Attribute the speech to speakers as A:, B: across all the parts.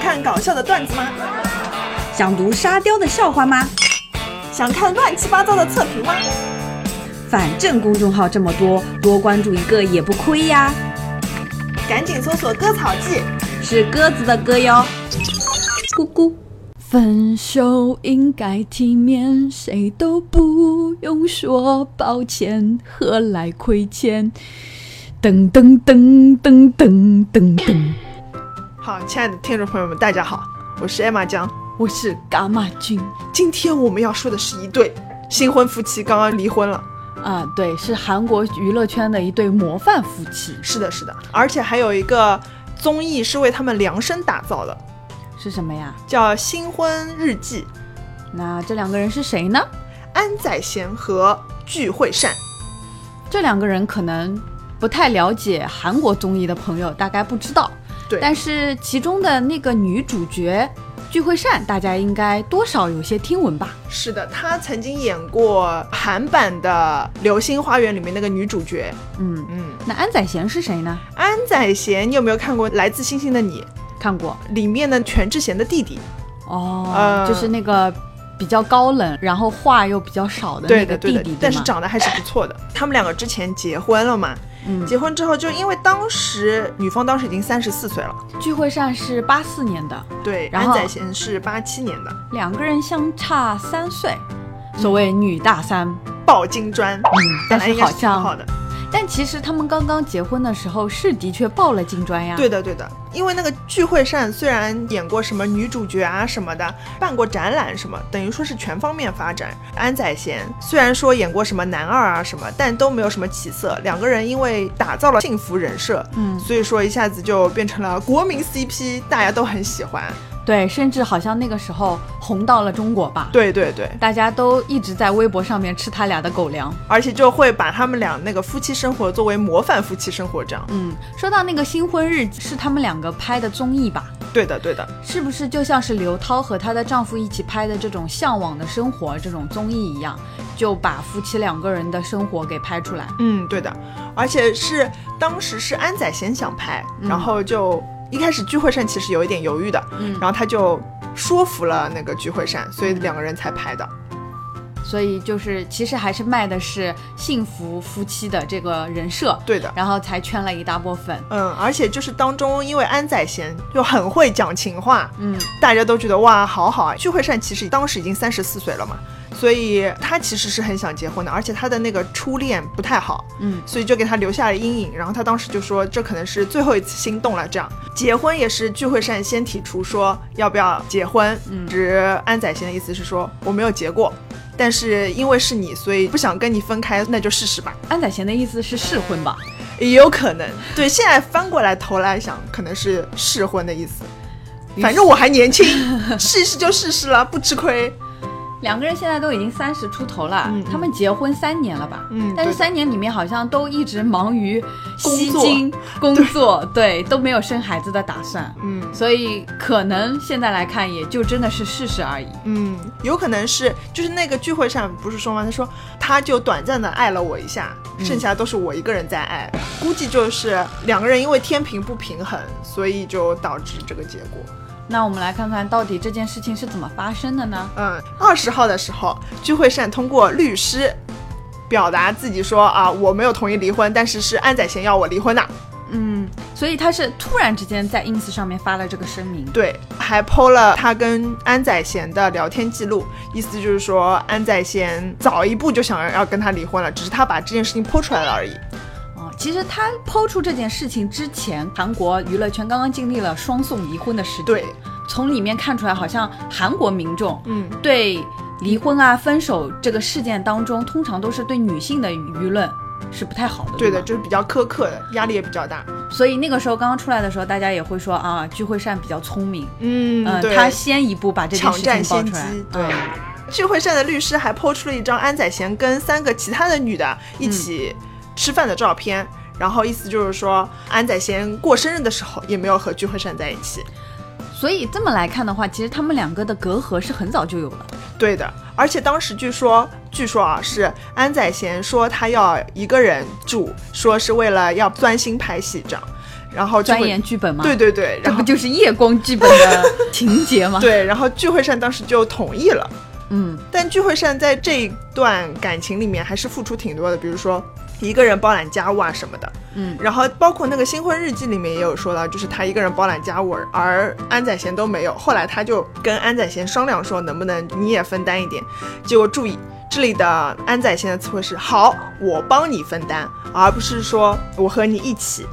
A: 看搞笑的段子吗？
B: 想读沙雕的笑话吗？
A: 想看乱七八糟的测评吗？
B: 反正公众号这么多，多关注一个也不亏呀。
A: 赶紧搜索“割草记
B: 是鸽子的歌哟，咕咕。
C: 分手应该体面，谁都不用说抱歉，何来亏欠？噔噔噔噔噔噔噔，”。
A: 好，亲爱的听众朋友们，大家好，我是艾玛江。
C: 我是伽马君
A: 今天我们要说的是一对新婚夫妻刚刚离婚了。
C: 啊，对，是韩国娱乐圈的一对模范夫妻，
A: 是的，是的，而且还有一个综艺是为他们量身打造的，
C: 是什么呀？
A: 叫《新婚日记》。
C: 那这两个人是谁呢？
A: 安宰贤和具惠善，
C: 这两个人可能不太了解韩国综艺的朋友，大概不知道。
A: 对
C: 但是其中的那个女主角具惠善，大家应该多少有些听闻吧？
A: 是的，她曾经演过韩版的《流星花园》里面那个女主角。
C: 嗯，
A: 嗯，
C: 那安宰贤是谁呢？
A: 安宰贤，你有没有看过《来自星星的你》
C: 看过
A: 里面的全智贤的弟弟？
C: 哦，
A: 呃
C: 就是那个比较高冷，然后话又比较少的
A: 对
C: 那
A: 的，
C: 个
A: 对
C: 弟
A: 的，
C: 弟，
A: 但是
C: 吗？
A: 长得还是不错的。他们两个之前结婚了嘛？
C: 嗯，
A: 结婚之后，就因为当时女方当时已经三十四岁了，
C: 具惠善是八四年的，
A: 对，
C: 然
A: 安
C: 后
A: 宰贤是八七年的，
C: 两个人相差三岁，
A: 嗯
C: 所谓女大三。
A: 抱金砖，
C: 嗯，
A: 本
C: 但
A: 来应
C: 是
A: 该
C: 好
A: 是挺
C: 像
A: 好的。
C: 但其实他们刚刚结婚的时候是的确抱了金砖呀。
A: 对的，对的，因为那个具惠善虽然演过什么女主角啊什么的，办过展览什么，等于说是全方面发展。安宰贤虽然说演过什么男二啊什么，但都没有什么起色。两个人因为打造了幸福人设，
C: 嗯
A: 所以说一下子就变成了国民 CP，大家都很喜欢。
C: 对，甚至好像那个时候红到了中国吧。
A: 对对对，
C: 大家都一直在微博上面吃他俩的狗粮。
A: 而且就会把他们俩那个夫妻生活作为模范夫妻生活这样。
C: 嗯，说到那个新婚日记是他们两个拍的综艺吧？
A: 对的对的，
C: 是不是就像是刘涛和她的丈夫一起拍的这种《向往的生活》这种综艺一样，就把夫妻两个人的生活给拍出来？
A: 嗯对的，而且是当时是安宰贤想拍，然后就一开始具惠善其实有一点犹豫的，
C: 嗯
A: 然后他就说服了那个具惠善，所以两个人才拍的。
C: 所以就是其实还是卖的是幸福夫妻的这个人设，
A: 对的，
C: 然后才圈了一大波粉。
A: 嗯，而且就是当中，因为安宰贤就很会讲情话，
C: 嗯，
A: 大家都觉得哇，好好啊。具惠善其实当时已经三十四岁了嘛，所以他其实是很想结婚的，而且他的那个初恋不太好，
C: 嗯，
A: 所以就给他留下了阴影。然后他当时就说，这可能是最后一次心动了。这样结婚也是具惠善先提出说要不要结婚，
C: 嗯
A: 指安宰贤的意思是说我没有结过，但是因为是你，所以不想跟你分开，那就试试吧。
C: 安宰贤的意思是试婚吧？
A: 也有可能，对，现在翻过来头来想，可能是试婚的意思。
C: 于是
A: 反正我还年轻， 试一试就试试了，不吃亏。
C: 两个人现在都已经三十出头了，
A: 嗯嗯
C: 他们结婚三年了吧？
A: 嗯
C: 但是
A: 对的
C: 三年里面好像都一直忙于吸
A: 工作
C: 金、工作， 对，都没有生孩子的打算。
A: 嗯
C: 所以可能现在来看，也就真的是试试而已。
A: 嗯，有可能是就是那个聚会上不是说吗？他说他就短暂的爱了我一下，
C: 嗯
A: 剩下都是我一个人在爱。估计就是两个人因为天平不平衡，所以就导致这个结果。
C: 那我们来看看到底这件事情是怎么发生的呢？
A: 嗯，二十号的时候，聚会善通过律师表达自己说啊，我没有同意离婚，但是是安宰贤要我离婚的、
C: 嗯，所以他是突然之间在 ins 上面发了这个声明。
A: 对，还 PO 了他跟安宰贤的聊天记录，意思就是说安宰贤早一步就想要跟他离婚了，只是他把这件事情 PO 出来了而已。
C: 哦，其实他抛出这件事情之前，韩国娱乐圈刚刚经历了双宋离婚的事件。
A: 对，
C: 从里面看出来，好像韩国民众
A: 嗯，
C: 对离婚啊、分手这个事件当中，通常都是对女性的舆论是不太好的。
A: 对的，
C: 吧
A: 就是比较苛刻的，压力也比较大。
C: 所以那个时候刚刚出来的时候，大家也会说啊，具惠善比较聪明，
A: 嗯
C: 嗯，
A: 对。
C: 他先一步把这件
A: 抢
C: 事
A: 占
C: 情爆
A: 先
C: 出
A: 机
C: 来，，
A: 对
C: 嗯。
A: 聚会上的律师还抛出了一张安宰贤跟三个其他的女的一起吃饭的照片，然后意思就是说安宰贤过生日的时候也没有和聚会善在一起。
C: 所以这么来看的话，其实他们两个的隔阂是很早就有了。
A: 对的，而且当时据说，据说啊，是安宰贤说他要一个人住，说是为了要钻心拍戏这样。然后就
C: 钻
A: 会
C: 研剧本吗？
A: 对对对，
C: 这
A: 然
C: 不
A: 后
C: 就是夜光剧本的情节吗？，
A: 对，然后聚会善当时就同意了。
C: 嗯，
A: 但聚会善在这一段感情里面还是付出挺多的，比如说一个人包揽家务啊什么的。
C: 嗯，
A: 然后包括那个《新婚日记》里面也有说到，就是他一个人包揽家务，而安宰贤都没有。后来他就跟安宰贤商量说，能不能你也分担一点？结果注意。这里的安宰贤的词汇是“好，我帮你分担”，而不是说“我和你一起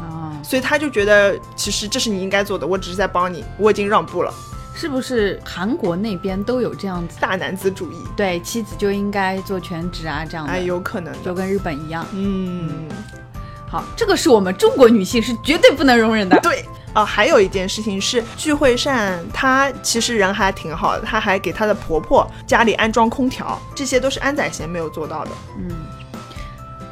C: 啊”，，
A: 所以他就觉得其实这是你应该做的，我只是在帮你，我已经让步了，
C: 是不是韩国那边都有这样子？
A: 大男子主义，
C: 对，妻子就应该做全职啊，这样的，
A: 哎，有可能的
C: 就，跟日本一样。
A: 嗯，
C: 好，这个是我们中国女性是绝对不能容忍的。
A: 对。啊、还有一件事情是，聚会善她其实人还挺好的，她还给她的婆婆家里安装空调，这些都是安宰贤没有做到的。
C: 嗯，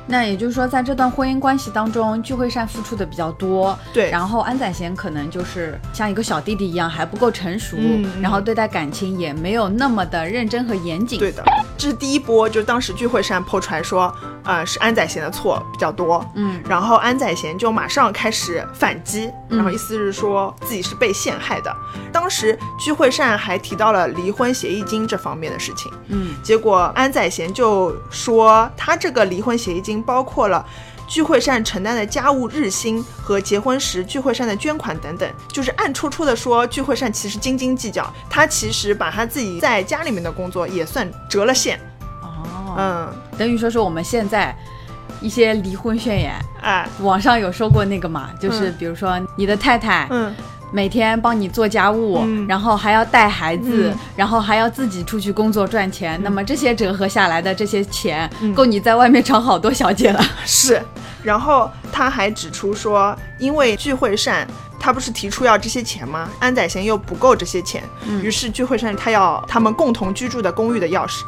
C: 那也就是说，在这段婚姻关系当中，具惠善付出的比较多，
A: 对，
C: 然后安宰贤可能就是像一个小弟弟一样，还不够成熟，
A: 嗯嗯
C: 然后对待感情也没有那么的认真和严谨。
A: 对的，这是第一波，就当时聚会善抛出来说，呃，是安宰贤的错比较多，
C: 嗯，
A: 然后安宰贤就马上开始反击，
C: 嗯
A: 然后意思是说自己是被陷害的。当时居惠善还提到了离婚协议金这方面的事情，
C: 嗯，
A: 结果安宰贤就说他这个离婚协议金包括了。居惠善承担的家务日薪和结婚时居惠善的捐款等等，就是暗戳戳的说居惠善其实斤斤计较，他其实把他自己在家里面的工作也算折了线。
C: 哦，
A: 嗯，
C: 等于说是我们现在一些离婚宣言，
A: 哎，
C: 网上有说过那个嘛，就是
A: 嗯
C: 比如说你的太太
A: 嗯，
C: 每天帮你做家务，
A: 嗯
C: 然后还要带孩子，
A: 嗯
C: 然后还要自己出去工作赚钱，那么这些折合下来的这些钱，
A: 嗯
C: 够你在外面找好多小 姐了。
A: 是，然后他还指出说，因为聚会善他不是提出要这些钱吗？安宰贤又不够这些钱，
C: 嗯
A: 于是聚会善他要他们共同居住的公寓的钥匙，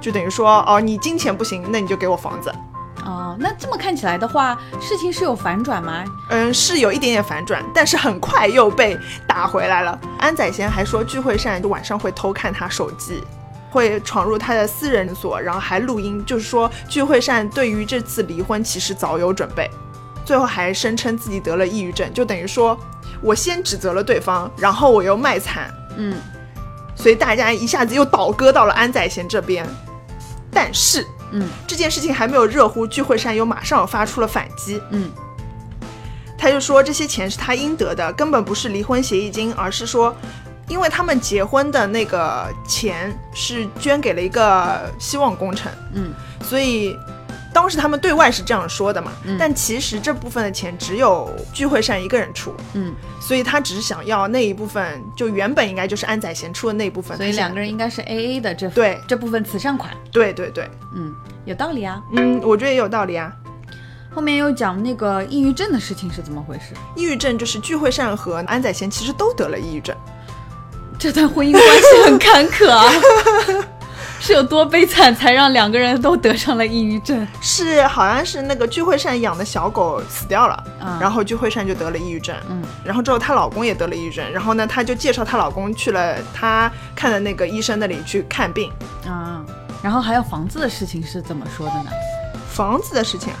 A: 就等于说哦，你金钱不行，那你就给我房子。
C: 哦，那这么看起来的话，事情是有反转吗？
A: 嗯，是有一点点反转，但是很快又被打回来了。安宰贤还说，聚会善晚上会偷看他手机，会闯入他的私人所，然后还录音，就是说聚会善对于这次离婚其实早有准备。最后还声称自己得了抑郁症，就等于说我先指责了对方，然后我又卖惨，
C: 嗯，
A: 所以大家一下子又倒戈到了安宰贤这边。但是，
C: 嗯
A: 这件事情还没有热乎，聚会善又马上发出了反击，
C: 嗯，
A: 他就说这些钱是他应得的，根本不是离婚协议金，而是说，因为他们结婚的那个钱是捐给了一个希望工程，
C: 嗯，
A: 所以当时他们对外是这样说的嘛，
C: 嗯
A: 但其实这部分的钱只有聚会善一个人出，
C: 嗯，
A: 所以他只是想要那一部分，就原本应该就是安宰贤出的那一部分，
C: 所以两个人应该是 A A 的这
A: 对
C: 这部分慈善款，
A: 对对对，
C: 嗯，有道理啊。
A: 嗯，我觉得也有道理啊。
C: 后面又讲那个抑郁症的事情是怎么回事？
A: 抑郁症就是聚会善和安宰贤其实都得了抑郁症，
C: 这段婚姻关系很坎 坷啊，是有多悲惨才让两个人都得上了抑郁症？
A: 是好像是那个聚会善养的小狗死掉了。
C: 啊
A: 然后具惠善就得了抑郁症，
C: 嗯，
A: 然后之后她老公也得了抑郁症，然后呢，她就介绍她老公去了她看的那个医生那里去看病。
C: 啊，然后还有房子的事情是怎么说的呢？
A: 房子的事情啊，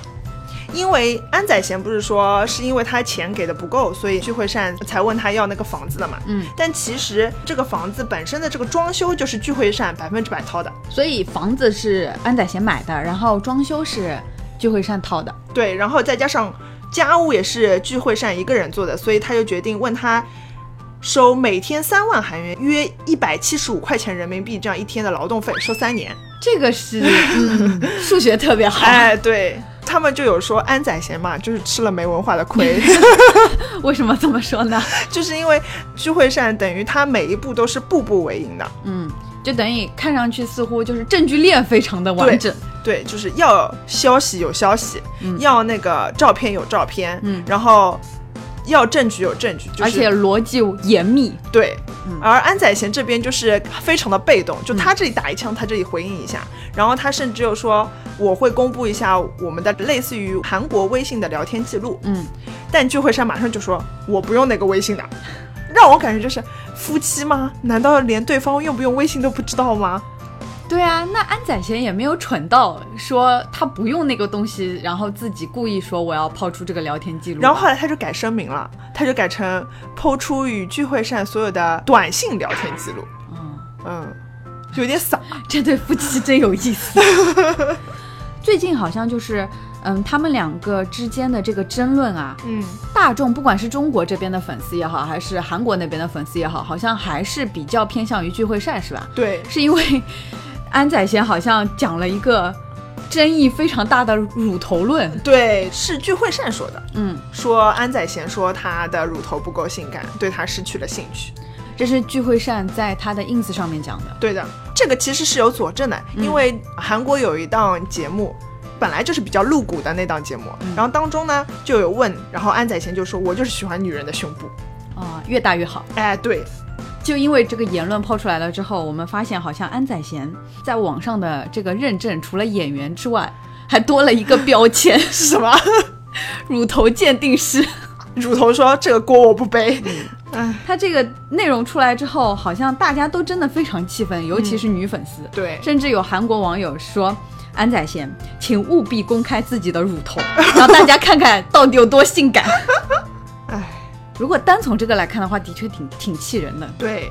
A: 因为安宰贤不是说是因为他钱给的不够，所以具惠善才问他要那个房子的嘛。
C: 嗯，
A: 但其实这个房子本身的这个装修就是具惠善百分之百掏的，
C: 所以房子是安宰贤买的，然后装修是聚会善套的。
A: 对，然后再加上家务也是具惠善一个人做的，所以他就决定问他收每天三万韩元，约一百七十五块钱人民币这样一天的劳动费，收三 年。
C: 这个是、嗯、数学特别好，
A: 哎，对他们就有说安宰贤嘛，就是吃了没文化的 亏，
C: 为什么这么说呢？
A: 就是因为具惠善等于他每一步都是步步为营的，
C: 嗯，就等于看上去似乎就是证据链非常的完整。
A: 对，就是要消息有消息，
C: 嗯
A: 要那个照片有照片，
C: 嗯
A: 然后要证据有证据，就是、
C: 而且逻辑严密，
A: 对，
C: 嗯
A: 而安宰贤这边就是非常的被动，就他这里打一枪，他这里回应一下，然后他甚至又说我会公布一下我们的类似于韩国微信的聊天记录，
C: 嗯，
A: 但具惠善马上就说我不用那个微信的， 让我感觉就是夫妻吗？难道连对方用不用微信都不知道吗？
C: 对啊，那安宰贤也没有蠢到说他不用那个东西，然后自己故意说我要抛出这个聊天记录。
A: 然后后来他就改声明了，他就改成抛出与聚会上所有的短信聊天记录。
C: 嗯，
A: 嗯，就有点傻。
C: 这对夫妻真有意思。 最近好像就是，嗯，他们两个之间的这个争论啊，
A: 嗯，
C: 大众不管是中国这边的粉丝也好，还是韩国那边的粉丝也好，好像还是比较偏向于聚会晒，是吧？
A: 对，
C: 是因为安宰贤好像讲了一个争议非常大的乳头论，
A: 对，是具惠善说的，
C: 嗯，
A: 说安宰贤说她的乳头不够性感，对她失去了兴趣。
C: 这是具惠善在他的 ins 上面讲的。
A: 对的，这个其实是有佐证的，因为韩国有一档节目。本来就是比较露骨的那档节目，然后当中呢就有问，然后安宰贤就说：“我就是喜欢女人的胸部。
C: 啊、越大越好。”
A: 哎，对，
C: 就因为这个言论抛出来了之后，我们发现好像安宰贤在网上的这个认证，除了演员之外，还多了一个标签
A: 是什么？
C: —— 乳头鉴定师。
A: 乳头说：“这个锅我不背。哎，
C: 他这个内容出来之后，好像大家都真的非常气愤，尤其是女粉丝，
A: 嗯对，
C: 甚至有韩国网友说。安宰贤，请务必公开自己的乳 头，让大家看看到底有多性感。
A: 哎，
C: 如果单从这个来看的话，的确挺挺气人的。
A: 对，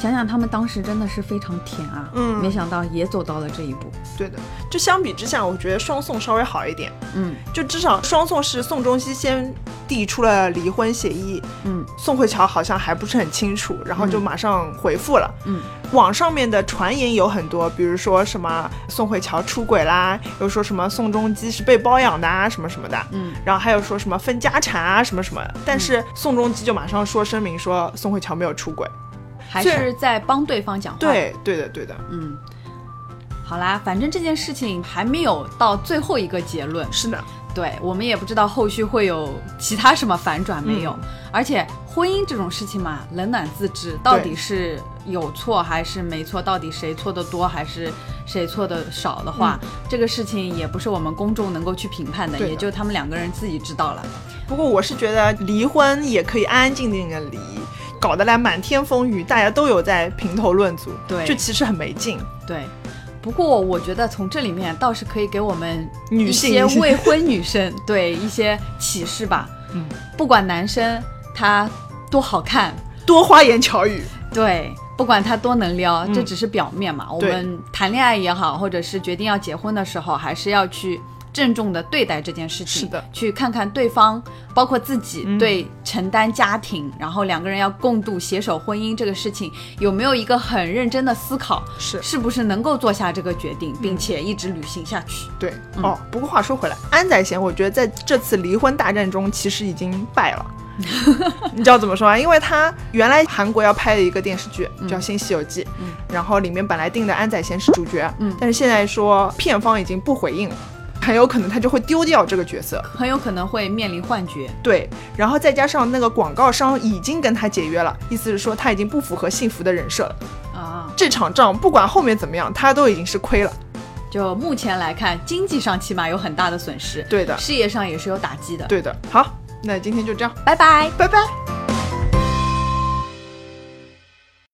C: 想想他们当时真的是非常甜啊，
A: 嗯
C: 没想到也走到了这一步。
A: 对的。就相比之下，我觉得双宋稍微好一点，
C: 嗯
A: 就至少双宋是宋仲基先递出了离婚协议，
C: 嗯，
A: 宋慧乔好像还不是很清楚，然后就马上回复了。
C: 嗯，
A: 网上面的传言有很多，比如说什么宋慧乔出轨啦，又说什么宋仲基是被包养的啊，什么什么的。
C: 嗯，
A: 然后还有说什么分家产啊，什么什么的。但是宋仲基就马上说声明说宋慧乔没有出轨。
C: 还
A: 虽
C: 是在帮对方讲话。，
A: 对，对的，对的，
C: 嗯，好啦，反正这件事情还没有到最后一个结论，
A: 是的，
C: 对我们也不知道后续会有其他什么反转没
A: 嗯
C: 有。而且婚姻这种事情嘛，冷暖自知，到底是有错还是没错，到底谁错的多还是谁错的少的话，这个事情也不是我们公众能够去评判的，
A: 嗯对的
C: 也就他们两个人自己知道了。
A: 不过我是觉得离婚也可以安安静静的离，搞得来满天风雨，大家都有在评头论足，
C: 对
A: 就其实很没劲。
C: 对。不过我觉得从这里面倒是可以给我们
A: 女性
C: 一些未婚女生对一些启示吧。
A: 嗯，
C: 不管男生他多好看，
A: 多花言巧语，
C: 对，不管他多能撩，
A: 嗯
C: 这只是表面嘛。我
A: 对
C: 们谈恋爱也好，或者是决定要结婚的时候，还是要去郑重的对待这件事情，
A: 是的
C: 去看看对方，包括自己、
A: 嗯
C: 对承担家庭，然后两个人要共度携手婚姻这个事情，有没有一个很认真的思考。
A: 是
C: 是不是能够做下这个决
A: 嗯
C: 定，并且一直履行下去？
A: 对、
C: 嗯
A: 哦。不过话说回来，安宰贤，我觉得在这次离婚大战中，其实已经败 了。你知道怎么说啊？因为他原来韩国要拍的一个电视剧
C: 嗯
A: 叫《新西游记》，然后里面本来定的安宰贤是主角，
C: 嗯
A: 但是现在说片方已经不回应了，很有可能他就会丢掉这个角色。
C: 很有可能会面临幻觉。
A: 对，然后再加上那个广告商已经跟他解约了，意思是说他已经不符合幸福的人设了。
C: 啊，
A: 这场仗不管后面怎么样，他都已经是亏了。
C: 就目前来看，经济上起码有很大的损失，
A: 对的
C: 事业上也是有打击的。，
A: 对的，好，那今天就这样，
C: 拜拜。
A: 拜拜。